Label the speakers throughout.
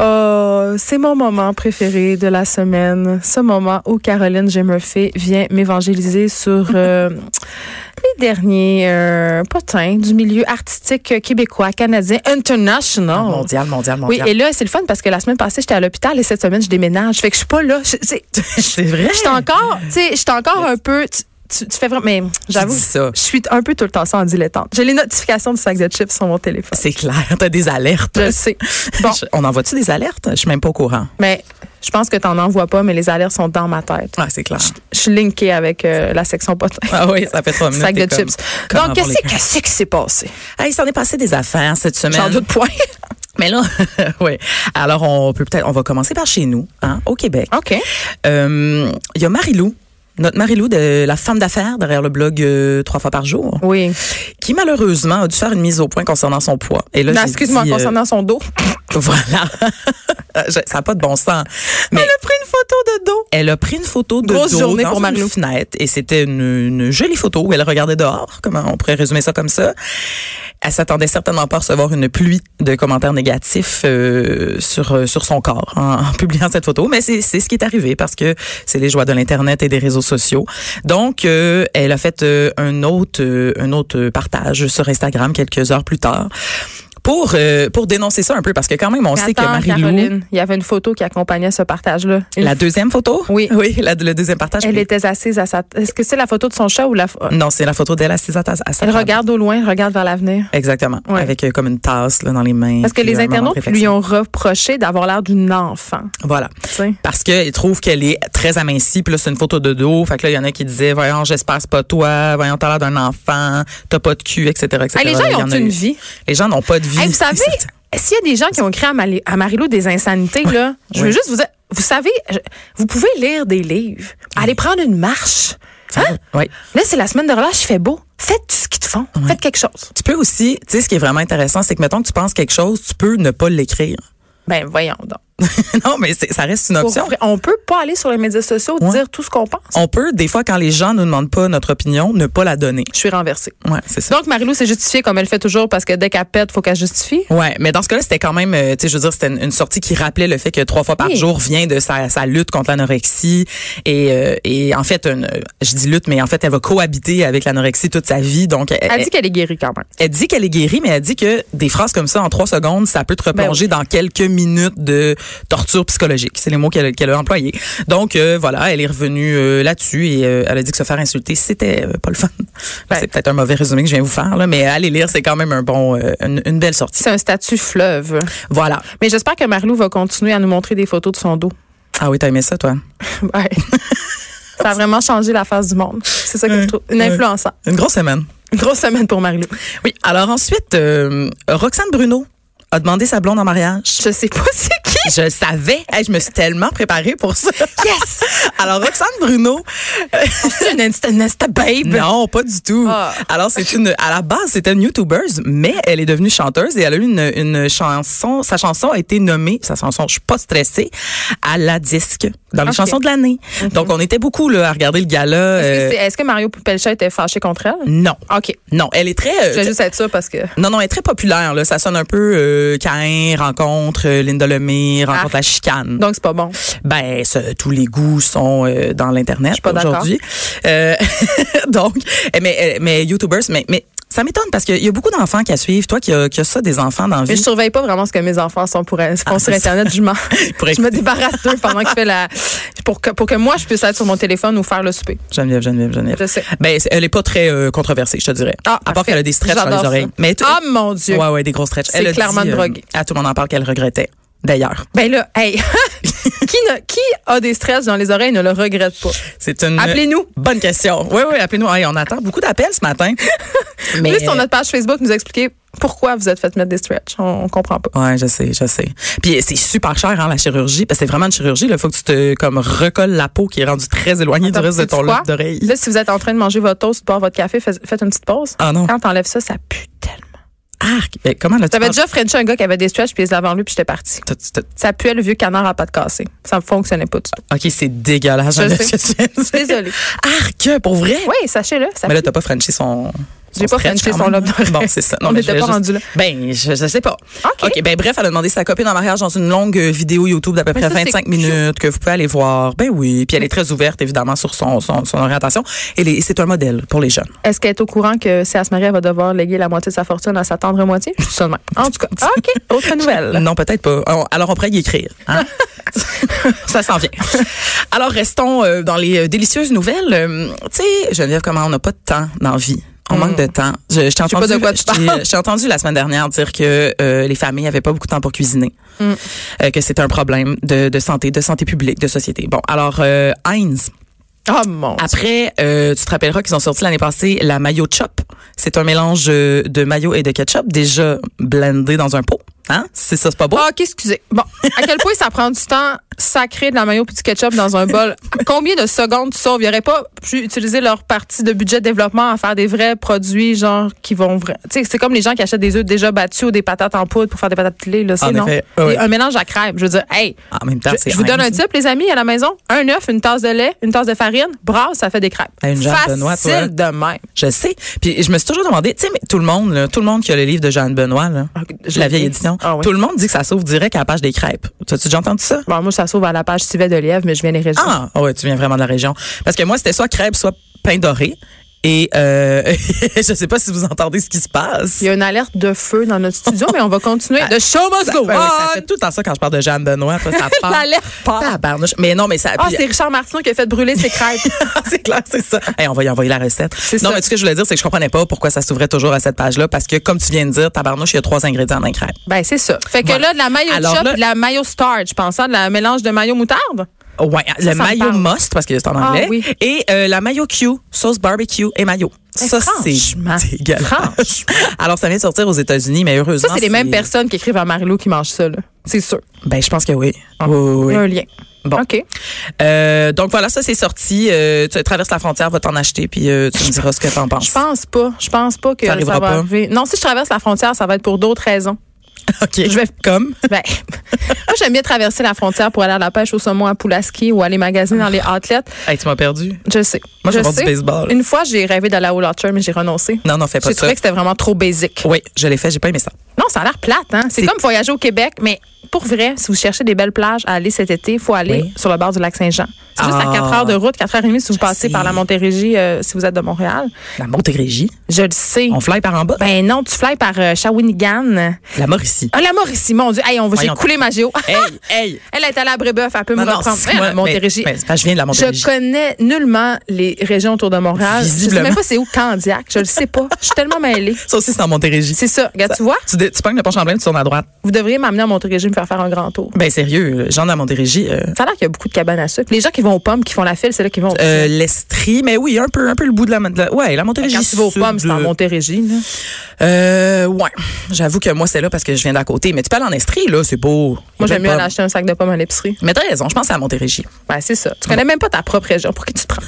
Speaker 1: Oh, c'est mon moment préféré de la semaine. Ce moment où Caroline J. Murphy vient m'évangéliser sur euh, les derniers euh, potins du milieu artistique québécois, canadien, international.
Speaker 2: Ah, Mondial, mondial,
Speaker 1: Oui,
Speaker 2: mondial.
Speaker 1: et là, c'est le fun parce que la semaine passée, j'étais à l'hôpital et cette semaine, je déménage. Fait que je suis pas là. Je- c'est-
Speaker 2: c'est vrai.
Speaker 1: J'étais encore, tu sais, j'étais encore un peu. Tu, tu- tu fais vraiment. Mais j'avoue,
Speaker 2: dis ça.
Speaker 1: je suis un peu tout le temps sans dilettante. J'ai les notifications du sac de chips sur mon téléphone.
Speaker 2: C'est clair, t'as des alertes.
Speaker 1: Je le sais. Bon,
Speaker 2: Je- On envoie-tu des alertes? Je suis même pas au courant.
Speaker 1: mais je pense que t'en envoies pas, mais les alertes sont dans ma tête.
Speaker 2: Ah, c'est clair.
Speaker 1: Je suis linkée avec euh, la section potin.
Speaker 2: Ah oui, ça fait trois minutes.
Speaker 1: Sac de
Speaker 2: t'es comme-
Speaker 1: chips.
Speaker 2: comment
Speaker 1: Donc,
Speaker 2: pour
Speaker 1: qu'est-ce
Speaker 2: les
Speaker 1: que- qu'est-ce qui s'est passé?
Speaker 2: Ah, il s'en est passé des affaires cette semaine.
Speaker 1: J'en doute point.
Speaker 2: Mais là, oui. Alors, on peut peut-être, on va commencer par chez nous, hein, au Québec.
Speaker 1: OK.
Speaker 2: Euh, Il y a Marilou, notre Marilou de la femme d'affaires derrière le blog euh, trois fois par jour,
Speaker 1: Oui.
Speaker 2: qui malheureusement a dû faire une mise au point concernant son poids. Et là,
Speaker 1: Non,
Speaker 2: j'ai
Speaker 1: Ben, Excuse-moi,
Speaker 2: dit, euh,
Speaker 1: concernant son dos.
Speaker 2: Voilà. Je- ça n'a pas de bon sens. Mais elle a pris une photo de dos. Elle a pris une photo de
Speaker 1: Grosse
Speaker 2: dos
Speaker 1: journée
Speaker 2: dans
Speaker 1: pour
Speaker 2: une
Speaker 1: Marilou.
Speaker 2: fenêtre et c'était une, une jolie photo où elle regardait dehors. Comment on pourrait résumer ça comme ça? Elle s'attendait certainement pas à recevoir une pluie de commentaires négatifs euh, sur euh, sur son corps en, en publiant cette photo, mais c'est c'est ce qui est arrivé parce que c'est les joies de l'internet et des réseaux sociaux. Donc euh, elle a fait euh, un autre euh, un autre partage sur Instagram quelques heures plus tard pour euh, pour dénoncer ça un peu parce que quand même on sait que
Speaker 1: Attends,
Speaker 2: Marie-Lou
Speaker 1: Caroline, il y avait une photo qui accompagnait ce partage-là. Une
Speaker 2: la deuxième photo
Speaker 1: Oui.
Speaker 2: oui la- le deuxième partage
Speaker 1: Elle
Speaker 2: puis-
Speaker 1: était assise à sa. Est-ce que c'est la photo de son chat ou la.
Speaker 2: non c'est la photo d'elle assise à, ta- à sa
Speaker 1: Elle
Speaker 2: table.
Speaker 1: regarde au loin, elle regarde vers l'avenir.
Speaker 2: exactement
Speaker 1: Ouais.
Speaker 2: avec euh, comme une tasse là, dans les mains
Speaker 1: Parce que
Speaker 2: puis
Speaker 1: les
Speaker 2: un moment de
Speaker 1: internautes lui
Speaker 2: réflexion.
Speaker 1: ont reproché d'avoir l'air d'une enfant.
Speaker 2: voilà
Speaker 1: tu sais.
Speaker 2: parce qu'elle trouve qu'elle est très amincie. Puis là, c'est une photo de dos. Fait que là, il y en a qui disaient, voyons, j'espère c'est pas toi. Voyons, t'as l'air d'un enfant. T'as pas de cul, etc., etc.
Speaker 1: Hey, les gens,
Speaker 2: Il y
Speaker 1: ils
Speaker 2: en
Speaker 1: ont
Speaker 2: a
Speaker 1: une
Speaker 2: eu.
Speaker 1: vie.
Speaker 2: Les gens n'ont pas de vie.
Speaker 1: Hey, vous savez, s'il y a des gens qui ont écrit à, Mali- à Marilou des insanités, là, je veux
Speaker 2: oui.
Speaker 1: juste vous dire, vous savez, je- vous pouvez lire des livres, aller prendre une marche. Hein?
Speaker 2: Oui.
Speaker 1: Là, c'est la semaine de relâche, il fait beau. Faites ce qu'ils te font. Faites quelque chose.
Speaker 2: Tu peux aussi, tu sais, ce qui est vraiment intéressant, c'est que mettons que tu penses quelque chose, tu peux ne pas l'écrire.
Speaker 1: Ben, voyons donc.
Speaker 2: non, mais c'est- ça reste une
Speaker 1: Pour
Speaker 2: option.
Speaker 1: vrai, on peut pas aller sur les médias sociaux
Speaker 2: Ouais.
Speaker 1: dire tout ce qu'on pense.
Speaker 2: On peut, des fois, quand les gens nous demandent pas notre opinion, ne pas la donner.
Speaker 1: Je suis renversée.
Speaker 2: Ouais, c'est ça.
Speaker 1: Donc, Marilou s'est justifiée comme elle fait toujours parce que dès qu'elle pète, faut qu'elle justifie.
Speaker 2: Ouais, mais dans ce cas-là, c'était quand même, euh, tu sais, je veux dire, c'était une, une sortie qui rappelait le fait que trois fois par
Speaker 1: Oui.
Speaker 2: jour vient de sa, sa lutte contre l'anorexie et euh, et en fait, une- je dis lutte, mais en fait, elle va cohabiter avec l'anorexie toute sa vie, donc elle,
Speaker 1: Elle
Speaker 2: elle-
Speaker 1: dit qu'elle est guérie quand même.
Speaker 2: elle dit qu'elle est guérie, mais elle dit que des phrases comme ça en trois secondes, ça peut te
Speaker 1: Ben
Speaker 2: replonger dans quelques minutes de torture psychologique. C'est les mots qu'elle qu'elle a employés. Donc euh, voilà, elle est revenue euh, là-dessus et euh, elle a dit que se faire insulter, c'était euh, pas le fun. Là,
Speaker 1: Ben.
Speaker 2: C'est peut-être un mauvais résumé que je viens vous faire, là, mais allez lire, c'est quand même un bon, euh, une, une belle sortie.
Speaker 1: C'est un statut fleuve.
Speaker 2: Voilà.
Speaker 1: Mais j'espère que Marilou va continuer à nous montrer des photos de son dos.
Speaker 2: Ah oui, t'as aimé ça, toi?
Speaker 1: Ouais. Ça a vraiment changé la face du monde. C'est ça que je trouve. Une
Speaker 2: Ouais.
Speaker 1: influence. hein.
Speaker 2: Une grosse semaine.
Speaker 1: Une grosse semaine pour Marilou.
Speaker 2: Oui. Alors ensuite, euh, Roxane Bruno a demandé sa blonde en mariage.
Speaker 1: Je sais pas c'est qui.
Speaker 2: Je le savais. Hey, je me suis tellement préparée pour ça.
Speaker 1: Yes!
Speaker 2: Alors, Roxane Bruno,
Speaker 1: C'est une Insta, une Insta babe.
Speaker 2: Non, pas du tout.
Speaker 1: Ah.
Speaker 2: Alors, c'est une, à la base, c'était une YouTubeuse, mais elle est devenue chanteuse et elle a eu une, une chanson. Sa chanson a été nommée, sa chanson, je suis pas stressée, à la disque, dans
Speaker 1: Ok.
Speaker 2: les
Speaker 1: Mhm.
Speaker 2: chansons de l'année. Donc, on était beaucoup, là, à regarder le gala.
Speaker 1: Est-ce
Speaker 2: euh,
Speaker 1: que, c'est- est-ce que Mario Pelcha était fâché contre elle?
Speaker 2: non.
Speaker 1: OK.
Speaker 2: Non, elle est très.
Speaker 1: Je
Speaker 2: euh,
Speaker 1: vais juste être sûre parce que.
Speaker 2: non, non, elle est très populaire. Là. Ça sonne un peu euh, Caïn, rencontre euh, Linda Lemay, rencontre
Speaker 1: Ah.
Speaker 2: la chicane.
Speaker 1: Donc, c'est pas bon.
Speaker 2: Ben, ce- tous les goûts sont euh, dans l'internet
Speaker 1: pas d'accord.
Speaker 2: aujourd'hui. Euh, donc, eh, mais mais YouTubers, mais mais ça m'étonne parce qu'il y a beaucoup d'enfants qui la suivent. Toi, qui a, qui a ça des enfants dans la
Speaker 1: Mais je
Speaker 2: vie.
Speaker 1: surveille pas vraiment ce que mes enfants sont pour,
Speaker 2: Ah,
Speaker 1: font sur Internet. Je, m'en-
Speaker 2: Pour
Speaker 1: je me
Speaker 2: écouter.
Speaker 1: débarrasse d'eux pendant que je fais la. Pour que, pour que moi, je puisse être sur mon téléphone ou faire le souper.
Speaker 2: Geneviève, Geneviève, Geneviève.
Speaker 1: Je sais.
Speaker 2: Ben, c'est- elle est pas très euh, controversée, je te dirais.
Speaker 1: Ah,
Speaker 2: à part
Speaker 1: parfait.
Speaker 2: qu'elle a des stretches dans
Speaker 1: J'adore
Speaker 2: les
Speaker 1: ça.
Speaker 2: oreilles. Mais tu-
Speaker 1: Ah, mon Dieu.
Speaker 2: Ouais, ouais, des grosses stretches.
Speaker 1: C'est
Speaker 2: Elle a
Speaker 1: clairement
Speaker 2: dit, euh,
Speaker 1: droguée.
Speaker 2: à tout le monde en parle qu'elle regrettait. D'ailleurs,
Speaker 1: Ben là, hey! qui, ne- qui a des stress dans les oreilles et ne le regrette pas?
Speaker 2: c'est une
Speaker 1: Appelez-nous.
Speaker 2: bonne question. Oui, oui, appelez-nous. Hey, on attend beaucoup d'appels ce matin. Mais-
Speaker 1: Plus sur notre page Facebook, nous expliquer pourquoi vous êtes fait mettre des stretch. On, on comprend pas.
Speaker 2: Ouais, je sais, je sais. Puis c'est super cher hein, la chirurgie, parce que c'est vraiment une chirurgie. Il faut que tu te comme recolles la peau qui est rendue très éloignée du
Speaker 1: Attends,
Speaker 2: reste de ton
Speaker 1: sais-tu quoi?
Speaker 2: lobe d'oreille.
Speaker 1: Là, si vous êtes en train de manger votre toast, de boire votre café, fais- faites une petite pause.
Speaker 2: Ah non.
Speaker 1: Quand t'enlèves Ah. ça, ça pue tellement.
Speaker 2: Arc, eh, comment l'as-tu
Speaker 1: J'avais
Speaker 2: pensé?
Speaker 1: déjà Frenché un gars qui avait des stretch puis les avant lui puis j'étais partie.
Speaker 2: T'as- t'as-
Speaker 1: Ça puait le vieux canard à pas de cassé. Ça ne fonctionnait pas du tout.
Speaker 2: OK, c'est dégueulasse.
Speaker 1: Je
Speaker 2: Jean-Luc,
Speaker 1: sais.
Speaker 2: ce que tu viens de dire.
Speaker 1: Désolée.
Speaker 2: Arc, pour vrai?
Speaker 1: Oui, sachez-le. Ça
Speaker 2: Mais là,
Speaker 1: pue.
Speaker 2: t'as pas franchi son.
Speaker 1: J'ai
Speaker 2: son
Speaker 1: pas
Speaker 2: stretch,
Speaker 1: franchi
Speaker 2: quand
Speaker 1: son
Speaker 2: même.
Speaker 1: lobe d'oreille.
Speaker 2: Bon, c'est ça.
Speaker 1: On
Speaker 2: mais
Speaker 1: était
Speaker 2: je voulais
Speaker 1: pas
Speaker 2: juste-
Speaker 1: rendu là.
Speaker 2: Ben, je, je sais pas. ben,
Speaker 1: OK.
Speaker 2: elle a demandé sa copine en mariage dans une longue euh, vidéo YouTube d'à peu
Speaker 1: Mais
Speaker 2: près
Speaker 1: ça, c'est
Speaker 2: 25
Speaker 1: cute.
Speaker 2: minutes que vous pouvez aller voir. Ben oui. Puis elle est très ouverte, évidemment, sur son, son, son orientation. Et les- c'est un modèle pour les jeunes.
Speaker 1: Est-ce qu'elle est au courant que si elle se marie, elle va devoir léguer la moitié de sa fortune à sa tendre moitié? Je dis ça de même. En tout cas, OK. Autre nouvelle.
Speaker 2: Non, peut-être pas. On- Alors, on pourrait y écrire. hein? ça s'en vient. Alors, restons euh, dans les euh, délicieuses nouvelles. Euh, tu sais, Geneviève, comment on n'a pas de temps dans la vie. On manque de temps. Je, je t'ai
Speaker 1: sais
Speaker 2: entendu,
Speaker 1: Mm. pas de quoi tu
Speaker 2: je t'ai- je t'ai entendu la semaine dernière dire que euh, les familles avaient pas beaucoup de temps pour cuisiner,
Speaker 1: Mm.
Speaker 2: Euh, que c'était un problème de, de santé, de santé publique, de société. Bon, alors euh, Heinz,
Speaker 1: Oh
Speaker 2: Ah,
Speaker 1: mon. Dieu.
Speaker 2: après, euh, tu te rappelleras qu'ils ont sorti l'année passée la mayo chop. C'est un mélange euh, de mayo et de ketchup déjà blendé dans un pot. Hein? C'est ça, c'est pas beau?
Speaker 1: Ah, OK, excusez. Bon, à quel point ça prend du temps sacré de la mayo puis du ketchup dans un bol? Combien de secondes tu sauves? Ils n'auraient pas pu utiliser leur partie de budget de développement à faire des vrais produits, genre, qui vont... vra- Tu sais, c'est comme les gens qui achètent des œufs déjà battus ou des patates en poudre pour faire des patates pilées, là, c'est
Speaker 2: En
Speaker 1: non?
Speaker 2: effet, Ah ouais, ouais.
Speaker 1: Et Un mélange à crème. Je veux dire, hey,
Speaker 2: En même temps,
Speaker 1: je,
Speaker 2: c'est
Speaker 1: je vous donne un
Speaker 2: Heinz.
Speaker 1: type, les amis, à la maison. Un œuf, une tasse de lait, une tasse de farine, brasse, ça fait des crêpes.
Speaker 2: Hey, une Jeanne
Speaker 1: Facile
Speaker 2: Benoît, toi. hein.
Speaker 1: de même.
Speaker 2: Je sais. Puis je me suis toujours demandé, tu sais, mais tout le monde, là, tout le monde qui a le livre de Jeanne Benoît, là,
Speaker 1: je
Speaker 2: la
Speaker 1: l'ai.
Speaker 2: vieille édition,
Speaker 1: Ah oui.
Speaker 2: tout le monde dit que ça s'ouvre direct à la page des crêpes. T'as-tu déjà entendu ça?
Speaker 1: Bon, moi, ça s'ouvre à la page civet de Lièvre, mais je viens des régions.
Speaker 2: Ah, ah ouais, tu viens vraiment de la région. Parce que moi, c'était soit crêpes, soit pain doré. Et euh, je sais pas si vous entendez ce qui se passe.
Speaker 1: Il y a une alerte de feu dans notre studio, mais on va continuer. The show must
Speaker 2: Ça,
Speaker 1: go
Speaker 2: ben oui, ça
Speaker 1: on.
Speaker 2: fait tout le temps ça quand je parle de Jeanne Benoît. après, ça part.
Speaker 1: L'alerte part.
Speaker 2: Tabarnouche. Mais non, mais ça.
Speaker 1: Ah,
Speaker 2: puis-
Speaker 1: c'est Richard Martineau qui a fait brûler ses crêpes.
Speaker 2: c'est clair, c'est ça. Hey, on va y envoyer la recette.
Speaker 1: C'est
Speaker 2: non,
Speaker 1: ça.
Speaker 2: mais ce que je voulais dire, c'est que je comprenais pas pourquoi ça s'ouvrait toujours à cette page-là, parce que comme tu viens de dire, tabarnouche, il y a trois ingrédients dans les crêpes.
Speaker 1: ben, c'est ça. Fait que là,
Speaker 2: Voilà.
Speaker 1: de la mayo
Speaker 2: Alors
Speaker 1: chop,
Speaker 2: là-
Speaker 1: de la mayo starch, pensant de la mélange de mayo moutarde.
Speaker 2: Ouais, le
Speaker 1: ça me
Speaker 2: mayo
Speaker 1: parle.
Speaker 2: must parce que c'est en
Speaker 1: Ah,
Speaker 2: anglais
Speaker 1: oui.
Speaker 2: et euh, la mayo Q, sauce barbecue et mayo.
Speaker 1: Mais
Speaker 2: ça c'est
Speaker 1: franchement,
Speaker 2: dégueulasse.
Speaker 1: franchement.
Speaker 2: Alors ça vient de sortir aux États-Unis mais heureusement
Speaker 1: Ça, c'est les mêmes personnes qui écrivent à Marilou qui mangent ça, là. C'est sûr.
Speaker 2: Ben je pense que oui.
Speaker 1: Ah.
Speaker 2: Oui,
Speaker 1: Il
Speaker 2: oui,
Speaker 1: y a
Speaker 2: oui.
Speaker 1: un lien.
Speaker 2: Bon.
Speaker 1: OK.
Speaker 2: Euh, donc voilà, ça c'est sorti euh, tu traverses la frontière, va t'en acheter puis euh, tu me diras ce que t'en penses.
Speaker 1: Je pense pas. Je pense pas que ça,
Speaker 2: Ça arrivera
Speaker 1: va
Speaker 2: pas.
Speaker 1: arriver. Non, si je traverse la frontière, ça va être pour d'autres raisons.
Speaker 2: OK.
Speaker 1: Je vais-
Speaker 2: comme
Speaker 1: Ben, moi, j'aime bien traverser la frontière pour aller à la pêche au saumon à Poulaski ou aller magasiner dans les outlets.
Speaker 2: Hey, tu m'as perdu.
Speaker 1: Je sais.
Speaker 2: Ah. Moi, je vais voir du
Speaker 1: sais.
Speaker 2: baseball.
Speaker 1: Une fois, j'ai rêvé d'aller à Oulatcher, mais j'ai renoncé.
Speaker 2: Non non, fais pas
Speaker 1: J'ai
Speaker 2: ça.
Speaker 1: trouvé que c'était vraiment trop basique.
Speaker 2: Oui, je l'ai fait, j'ai pas aimé ça.
Speaker 1: Non, ça a l'air plate, hein? C'est
Speaker 2: C'est-
Speaker 1: comme voyager au Québec, mais pour vrai, si vous cherchez des belles plages à aller cet été, il faut aller
Speaker 2: Oui.
Speaker 1: sur le bord du lac Saint-Jean. C'est juste
Speaker 2: Ah.
Speaker 1: à 4 heures de route, 4 heures et demie si vous passez
Speaker 2: sais.
Speaker 1: par la Montérégie, euh, si vous êtes de Montréal.
Speaker 2: La Montérégie,
Speaker 1: Je le sais.
Speaker 2: on fly par en bas.
Speaker 1: Ben non, tu fly par euh, Shawinigan.
Speaker 2: La Mauricie.
Speaker 1: Ah, la Mauricie, mon Dieu. Hey, on va, j'ai
Speaker 2: Voyons.
Speaker 1: coulé ma géo.
Speaker 2: hey, hey.
Speaker 1: Elle est allée à Brébeuf, elle peut
Speaker 2: Non,
Speaker 1: Ah! me
Speaker 2: non,
Speaker 1: reprendre.
Speaker 2: c'est
Speaker 1: Ouais,
Speaker 2: moi,
Speaker 1: la Montérégie.
Speaker 2: mais- mais c'est parce que je viens de la Montérégie.
Speaker 1: Je connais nullement les régions autour de Montréal. Je sais même
Speaker 2: Visiblement.
Speaker 1: pas c'est où Candiac. Je le sais pas. Je suis tellement mêlée.
Speaker 2: Ça aussi c'est en Montérégie.
Speaker 1: C'est ça. Regarde, tu vois,
Speaker 2: Tu, dé- tu pognes le pont Champlain, tu tournes à droite.
Speaker 1: vous devriez m'amener à Montérégie me faire faire un grand tour.
Speaker 2: Ben sérieux, Jean de la Montérégie, euh,
Speaker 1: Ça a l'air qu'il y a beaucoup de cabanes à sucre. Les gens qui vont aux pommes, qui font la file, c'est là qu'ils vont.
Speaker 2: euh, l'Estrie, mais oui, un peu, un peu le bout de la, de la- ouais, la Montérégie.
Speaker 1: quand tu vas aux
Speaker 2: Sud,
Speaker 1: pommes, c'est en
Speaker 2: euh,
Speaker 1: Montérégie. là.
Speaker 2: Euh, ouais, j'avoue que moi c'est là parce que je viens d'à côté, mais tu peux aller en Estrie là, c'est beau.
Speaker 1: Moi, j'aime
Speaker 2: Il
Speaker 1: mieux aller
Speaker 2: y a plein de pommes.
Speaker 1: acheter un sac de pommes à l'épicerie.
Speaker 2: Mais t'as raison, je pense à la Montérégie.
Speaker 1: Ben, c'est ça. Tu connais même pas ta propre région. Pour qui tu te prends?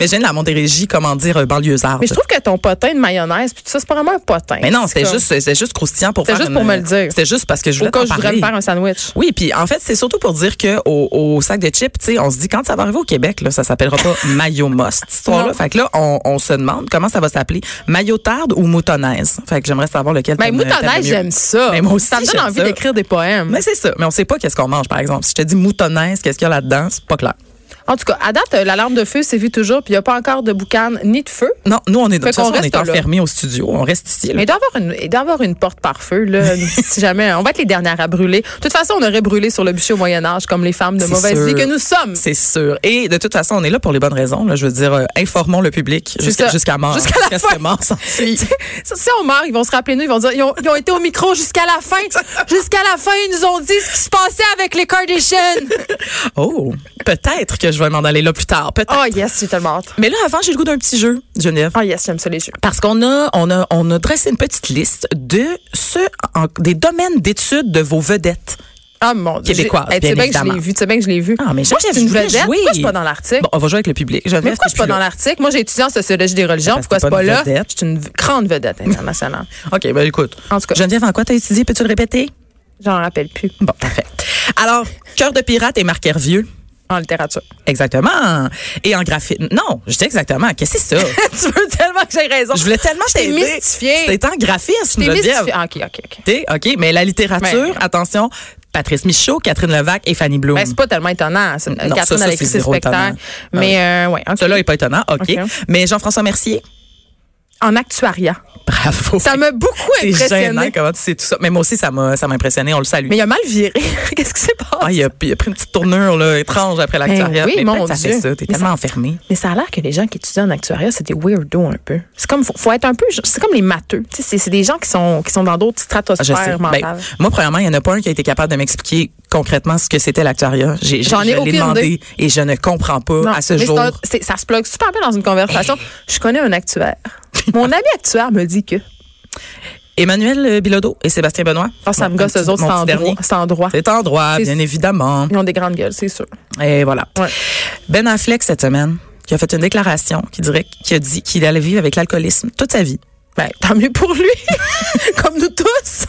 Speaker 2: Mais je viens de la Montérégie, comment dire, euh, banlieusarde.
Speaker 1: Mais je trouve que ton potin de mayonnaise, puis tout ça, c'est pas vraiment un potin.
Speaker 2: Mais non, c'était
Speaker 1: comme-
Speaker 2: juste, c'était juste croustillant pour
Speaker 1: C'était
Speaker 2: faire.
Speaker 1: juste
Speaker 2: une-
Speaker 1: pour me le dire.
Speaker 2: C'était juste parce que je
Speaker 1: Au
Speaker 2: voulais
Speaker 1: cas où
Speaker 2: t'en
Speaker 1: je voudrais me
Speaker 2: parler.
Speaker 1: faire un sandwich.
Speaker 2: Oui, puis en fait, c'est surtout pour dire que au, au sac de chips, tu sais, on se dit quand ça va arriver au Québec, là, ça s'appellera pas mayo must, cette histoire-là.
Speaker 1: Non.
Speaker 2: Fait que là, on, on se demande comment ça va s'appeler, mayo tarde ou moutonnaise. Fait que j'aimerais savoir lequel.
Speaker 1: Ben,
Speaker 2: t'aimes- t'aimes
Speaker 1: moutonnaise,
Speaker 2: mieux.
Speaker 1: j'aime ça.
Speaker 2: Mais moi aussi,
Speaker 1: Ça me donne
Speaker 2: j'aime
Speaker 1: envie
Speaker 2: ça.
Speaker 1: d'écrire des poèmes.
Speaker 2: Mais c'est ça. Mais on sait pas qu'est-ce qu'on mange, par exemple. Si je te dis moutonnaise, qu'est-ce qu'il y a là-dedans, c'est pas clair.
Speaker 1: En tout cas, à date, euh, l'alarme de feu sévit toujours, puis il n'y a pas encore de boucan ni de feu.
Speaker 2: Non, nous, on est, de
Speaker 1: Fait
Speaker 2: toute façon,
Speaker 1: qu'on
Speaker 2: on
Speaker 1: reste
Speaker 2: est
Speaker 1: là.
Speaker 2: enfermés au studio. On reste ici. là.
Speaker 1: Mais il doit y avoir une, il doit y avoir une porte par feu, là, si jamais. On va être les dernières à brûler. De toute façon, on aurait brûlé sur le bûcher au Moyen-Âge, comme les femmes de
Speaker 2: C'est
Speaker 1: mauvaise
Speaker 2: sûr.
Speaker 1: vie que nous sommes.
Speaker 2: C'est sûr. Et de toute façon, on est là pour les bonnes raisons. Là. Je veux dire, euh, informons le public jusqu'à
Speaker 1: ça.
Speaker 2: jusqu'à mort.
Speaker 1: Jusqu'à la
Speaker 2: ce que
Speaker 1: fin.
Speaker 2: mort s'en suit.
Speaker 1: Ça, si on meurt, ils vont se rappeler nous, ils vont dire, ils ont, ils ont été au micro jusqu'à la fin. jusqu'à la fin, ils nous ont dit ce qui se passait avec les Kardashians.
Speaker 2: Oh, peut-être que je vais m'en aller là plus tard. Peut-être.
Speaker 1: oh yes, j'ai tellement hâte.
Speaker 2: Mais là, avant, j'ai le goût d'un petit jeu, Geneviève.
Speaker 1: Oh yes, j'aime ça les jeux.
Speaker 2: Ah, Parce qu'on a, on a, on a dressé une petite liste de ceux, en- des domaines d'études de vos vedettes.
Speaker 1: Ah mon Dieu.
Speaker 2: Québécoise,
Speaker 1: Hey, Tu sais
Speaker 2: bien
Speaker 1: bien que je l'ai
Speaker 2: évidemment.
Speaker 1: vu. Tu sais bien que je l'ai vu.
Speaker 2: Ah,
Speaker 1: Moi,
Speaker 2: mais Geneviève,
Speaker 1: c'est une
Speaker 2: je voulais
Speaker 1: vedette. Pourquoi
Speaker 2: jouer.
Speaker 1: je suis pas dans l'article?
Speaker 2: Bon, on va jouer avec le public.
Speaker 1: Mais pourquoi je suis Ah, pas dans
Speaker 2: l'article?
Speaker 1: l'article? Moi, j'ai étudié en sociologie des religions.
Speaker 2: Ben,
Speaker 1: Pourquoi
Speaker 2: c'est
Speaker 1: c'est
Speaker 2: pas
Speaker 1: pas
Speaker 2: une
Speaker 1: là?
Speaker 2: vedette.
Speaker 1: Je suis une grande vedette internationale.
Speaker 2: OK, ben écoute.
Speaker 1: En tout cas.
Speaker 2: Geneviève, en quoi t'as étudié? Peux-tu le répéter?
Speaker 1: J'en rappelle plus
Speaker 2: Bon, parfait. Alors, Cœur de pirate et Marc Hervieux.
Speaker 1: en littérature.
Speaker 2: Exactement. Et en graphisme. Non, je dis exactement. Qu'est-ce que c'est ça?
Speaker 1: tu veux tellement que j'ai raison.
Speaker 2: je voulais tellement
Speaker 1: t'ai
Speaker 2: t'aider.
Speaker 1: mystifiée.
Speaker 2: C'était en graphisme,
Speaker 1: T'es
Speaker 2: Geneviève.
Speaker 1: mystifiée. Ah, OK, OK, OK.
Speaker 2: T'es- OK, mais la littérature,
Speaker 1: Mais-
Speaker 2: attention, Patrice Michaud, Catherine Levac et Fanny Bloom.
Speaker 1: Ben, c'est pas tellement étonnant. C'est-
Speaker 2: Mm. ça,
Speaker 1: Catherine
Speaker 2: ça,
Speaker 1: a
Speaker 2: c'est
Speaker 1: écrit ses
Speaker 2: zéro
Speaker 1: spectacles.
Speaker 2: étonnant.
Speaker 1: Mais, euh, ouais. ok.
Speaker 2: Cela est pas étonnant, OK.
Speaker 1: OK.
Speaker 2: Mais Jean-François Mercier,
Speaker 1: En actuariat.
Speaker 2: bravo.
Speaker 1: Ça m'a beaucoup
Speaker 2: C'est gênant
Speaker 1: impressionné.
Speaker 2: comment tu sais tout ça. Mais moi aussi, ça m'a ça m'a impressionné. On le salue.
Speaker 1: Mais il a mal viré. Qu'est-ce qui s'est passé?
Speaker 2: Ah, il a, il a pris une petite tournure là, étrange après l'actuariat.
Speaker 1: Ben oui,
Speaker 2: mais
Speaker 1: mon
Speaker 2: peut-être que ça fait
Speaker 1: Dieu.
Speaker 2: ça. T'es
Speaker 1: Mais
Speaker 2: tellement
Speaker 1: ça-
Speaker 2: enfermé.
Speaker 1: Mais ça a l'air que les gens qui étudient en actuariat, c'est des weirdos un peu. C'est comme, faut, faut être un peu, c'est comme les matheux. Tu sais, C'est c'est des gens qui sont, qui sont dans d'autres
Speaker 2: Ah, Je sais.
Speaker 1: stratosphères mentales.
Speaker 2: Ben, moi, premièrement, il n'y en a pas un qui a été capable de m'expliquer concrètement ce que c'était l'actuariat. J'ai-
Speaker 1: J'en ai
Speaker 2: je l'ai
Speaker 1: aucune
Speaker 2: demandé
Speaker 1: idée.
Speaker 2: et je ne comprends pas
Speaker 1: Non,
Speaker 2: à ce
Speaker 1: mais c'est
Speaker 2: jour.
Speaker 1: un- c'est- ça se plug super bien dans une conversation. Je connais un actuaire. Mon ami actuaire me dit que.
Speaker 2: Emmanuel euh, Bilodeau et Sébastien Benoît.
Speaker 1: Ah, ça me
Speaker 2: Mon
Speaker 1: gosse,
Speaker 2: petit-
Speaker 1: eux autres,
Speaker 2: mon
Speaker 1: c'est
Speaker 2: petit
Speaker 1: en
Speaker 2: dernier.
Speaker 1: droit- c'est en droit.
Speaker 2: C'est en droit,
Speaker 1: C'est-
Speaker 2: bien évidemment.
Speaker 1: Ils ont des grandes gueules, c'est sûr.
Speaker 2: Et voilà.
Speaker 1: Ouais.
Speaker 2: Ben Affleck, cette semaine, qui a fait une déclaration qui dirait qui a dit qu'il allait vivre avec l'alcoolisme toute sa vie.
Speaker 1: Ben, tant mieux pour lui. Comme nous tous.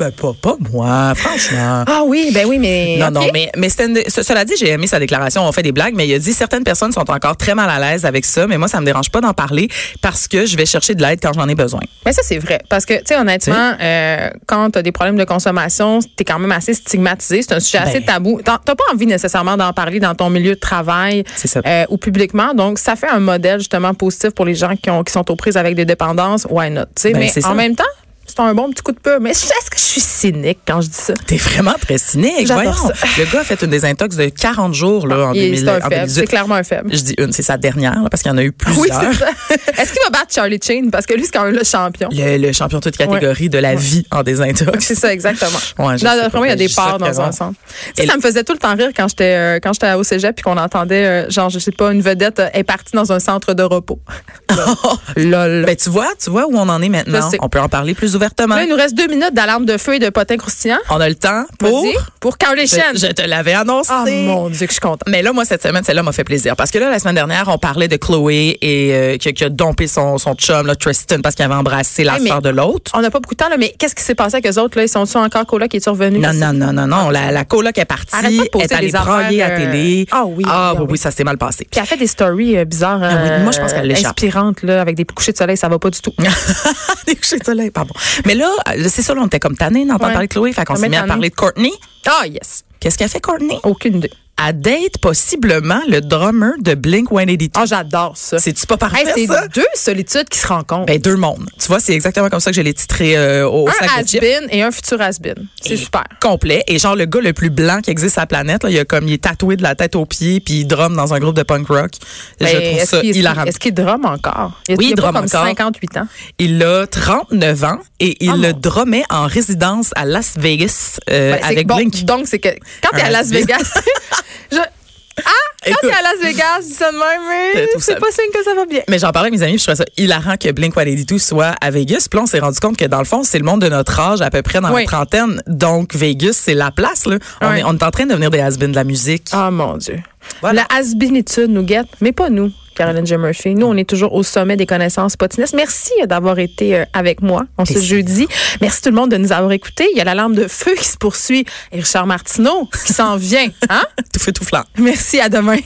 Speaker 2: Ben, pas, pas moi, franchement.
Speaker 1: Ah oui, ben oui, mais.
Speaker 2: Non,
Speaker 1: ok.
Speaker 2: non, mais, mais c'était une- ce- cela dit, j'ai aimé sa déclaration. On fait des blagues, mais il a dit certaines personnes sont encore très mal à l'aise avec ça, mais moi, ça me dérange pas d'en parler parce que je vais chercher de l'aide quand j'en ai besoin.
Speaker 1: Mais Ben, ça, c'est vrai. Parce que, tu sais, honnêtement, euh, quand tu as des problèmes de consommation, t'es quand même assez stigmatisé. C'est un sujet
Speaker 2: Ben.
Speaker 1: assez tabou. T'en- T'as pas envie nécessairement d'en parler dans ton milieu de travail
Speaker 2: C'est ça.
Speaker 1: euh, ou publiquement. Donc, ça fait un modèle, justement, positif pour les gens qui, ont, qui sont aux prises avec des dépendances. Why not? tu sais
Speaker 2: Ben,
Speaker 1: mais en
Speaker 2: c'est ça.
Speaker 1: même temps, c'est un bon petit coup de peur. Mais est-ce que je suis cynique quand je dis ça?
Speaker 2: T'es vraiment très cynique.
Speaker 1: J'adore
Speaker 2: voyons. Le gars a fait une désintox de 40 jours là, en,
Speaker 1: Et
Speaker 2: 2000
Speaker 1: C'est un
Speaker 2: en
Speaker 1: faible. C'est
Speaker 2: 2018.
Speaker 1: clairement un faible.
Speaker 2: Je dis une, c'est sa dernière là, parce qu'il y en a eu plusieurs.
Speaker 1: Oui, c'est ça. Est-ce qu'il va battre Charlie Chain? Parce que lui, c'est quand même le champion.
Speaker 2: le, le champion de toute catégorie de la vie en désintox.
Speaker 1: C'est ça, exactement.
Speaker 2: Ouais, je
Speaker 1: dans
Speaker 2: sais
Speaker 1: le
Speaker 2: pas,
Speaker 1: premier, il y a des
Speaker 2: jusqu'à
Speaker 1: parts dans
Speaker 2: présent.
Speaker 1: un sens. Tu
Speaker 2: Et
Speaker 1: sais, ça me faisait tout le temps rire quand j'étais euh, quand j'étais au cégep puis qu'on entendait, euh, genre, je sais pas, une vedette euh, est partie dans un centre de repos. Lol.
Speaker 2: Ben, tu vois, tu vois où on en est maintenant.
Speaker 1: Je sais.
Speaker 2: On peut en parler plus ouvertement.
Speaker 1: Là, il nous reste deux minutes d'alarme de feu et de potins croustillants.
Speaker 2: On a le temps pour.
Speaker 1: Vas-y. Pour Carly
Speaker 2: Je,
Speaker 1: Chen.
Speaker 2: je te l'avais annoncé.
Speaker 1: Oh mon Dieu, que je suis contente.
Speaker 2: Mais là, moi, cette semaine, celle-là m'a fait plaisir. Parce que là, la semaine dernière, on parlait de Chloé et euh, qui, a- qui a dompé son, son chum, là, Tristan, parce qu'il avait embrassé la
Speaker 1: Hey, mais-
Speaker 2: sœur de l'autre.
Speaker 1: On n'a pas beaucoup de temps, là, mais qu'est-ce qui s'est passé avec eux autres? Là? Ils sont-ils encore colocs qui est revenu?
Speaker 2: Non, non, non, non, non. La, la coloc est partie.
Speaker 1: Arrête pas de poster
Speaker 2: est allée
Speaker 1: des affaires,
Speaker 2: brailler à
Speaker 1: euh,
Speaker 2: télé.
Speaker 1: ah oui,
Speaker 2: Ah
Speaker 1: ah
Speaker 2: oui,
Speaker 1: oui.
Speaker 2: oui, ça s'est mal passé.
Speaker 1: Puis elle fait des stories euh, bizarres.
Speaker 2: Ah oui, moi, je pense qu'elle l'échappe.
Speaker 1: Inspirantes, là, avec des couchers de soleil, ça va pas du tout.
Speaker 2: Des couchers de soleil, pardon. Mais là, euh, c'est ça, là, on était comme tannés d'entendre
Speaker 1: Ouais.
Speaker 2: parler de Chloé. Fait qu'on
Speaker 1: On
Speaker 2: s'est
Speaker 1: est
Speaker 2: mis à
Speaker 1: tannés.
Speaker 2: parler de Courtney.
Speaker 1: Ah, yes.
Speaker 2: Qu'est-ce qu'a fait Courtney?
Speaker 1: Aucune idée.
Speaker 2: à date possiblement le drummer de Blink 182.
Speaker 1: Ah, j'adore ça.
Speaker 2: C'est-tu pas parfait,
Speaker 1: Hey, c'est
Speaker 2: ça?
Speaker 1: deux solitudes qui se rencontrent.
Speaker 2: Ben, deux mondes. Tu vois, c'est exactement comme ça que je l'ai titré euh, au au
Speaker 1: un
Speaker 2: sac de chips.
Speaker 1: has-been et un futur has-been. C'est
Speaker 2: Et
Speaker 1: super.
Speaker 2: Complet. Et genre, le gars le plus blanc qui existe sur la planète, là, il, a comme, il est tatoué de la tête aux pieds, puis il drum dans un groupe de punk rock.
Speaker 1: Ben,
Speaker 2: je
Speaker 1: est-ce
Speaker 2: trouve ça
Speaker 1: qu'il- est-ce qu'il-
Speaker 2: hilarant.
Speaker 1: Est-ce qu'il drumme encore? Est-ce
Speaker 2: Oui,
Speaker 1: qu'il
Speaker 2: il
Speaker 1: a pas
Speaker 2: drumme
Speaker 1: comme
Speaker 2: encore.
Speaker 1: 58 ans.
Speaker 2: Il a 39 ans et il
Speaker 1: Ah,
Speaker 2: le
Speaker 1: mon-
Speaker 2: drummait en résidence à Las Vegas euh,
Speaker 1: Ben, c'est
Speaker 2: avec
Speaker 1: que- bon,
Speaker 2: Blink.
Speaker 1: Donc, c'est que quand t'es
Speaker 2: Un
Speaker 1: à Las
Speaker 2: has-been.
Speaker 1: Vegas. je- ah! Quand
Speaker 2: Écoute. Euh,
Speaker 1: t'es à Las Vegas, je dis ça de même,
Speaker 2: Je
Speaker 1: mais
Speaker 2: trouve ça-
Speaker 1: c'est pas signe que ça va bien.
Speaker 2: Mais j'en parlais avec mes amis, puis je trouvais ça hilarant que Blink-182 soit à Vegas. Puis là, on s'est rendu compte que dans le fond, c'est le monde de notre âge, à peu près dans
Speaker 1: Oui.
Speaker 2: la trentaine. Donc, Vegas, c'est la place. Là. On,
Speaker 1: Ouais.
Speaker 2: est, on est en train de devenir des has de la musique.
Speaker 1: Ah, mon Dieu.
Speaker 2: Voilà.
Speaker 1: La has-beenitude nous guette, mais pas nous. Caroline J. Murphy. Nous, on est toujours au sommet des connaissances potinesses. Merci d'avoir été euh, avec moi en ce
Speaker 2: Merci.
Speaker 1: jeudi. Merci tout le monde de nous avoir écoutés. Il y a la lampe de feu qui se poursuit et Richard Martineau qui s'en vient. Hein?
Speaker 2: Tout fait tout flanc.
Speaker 1: Merci, à demain.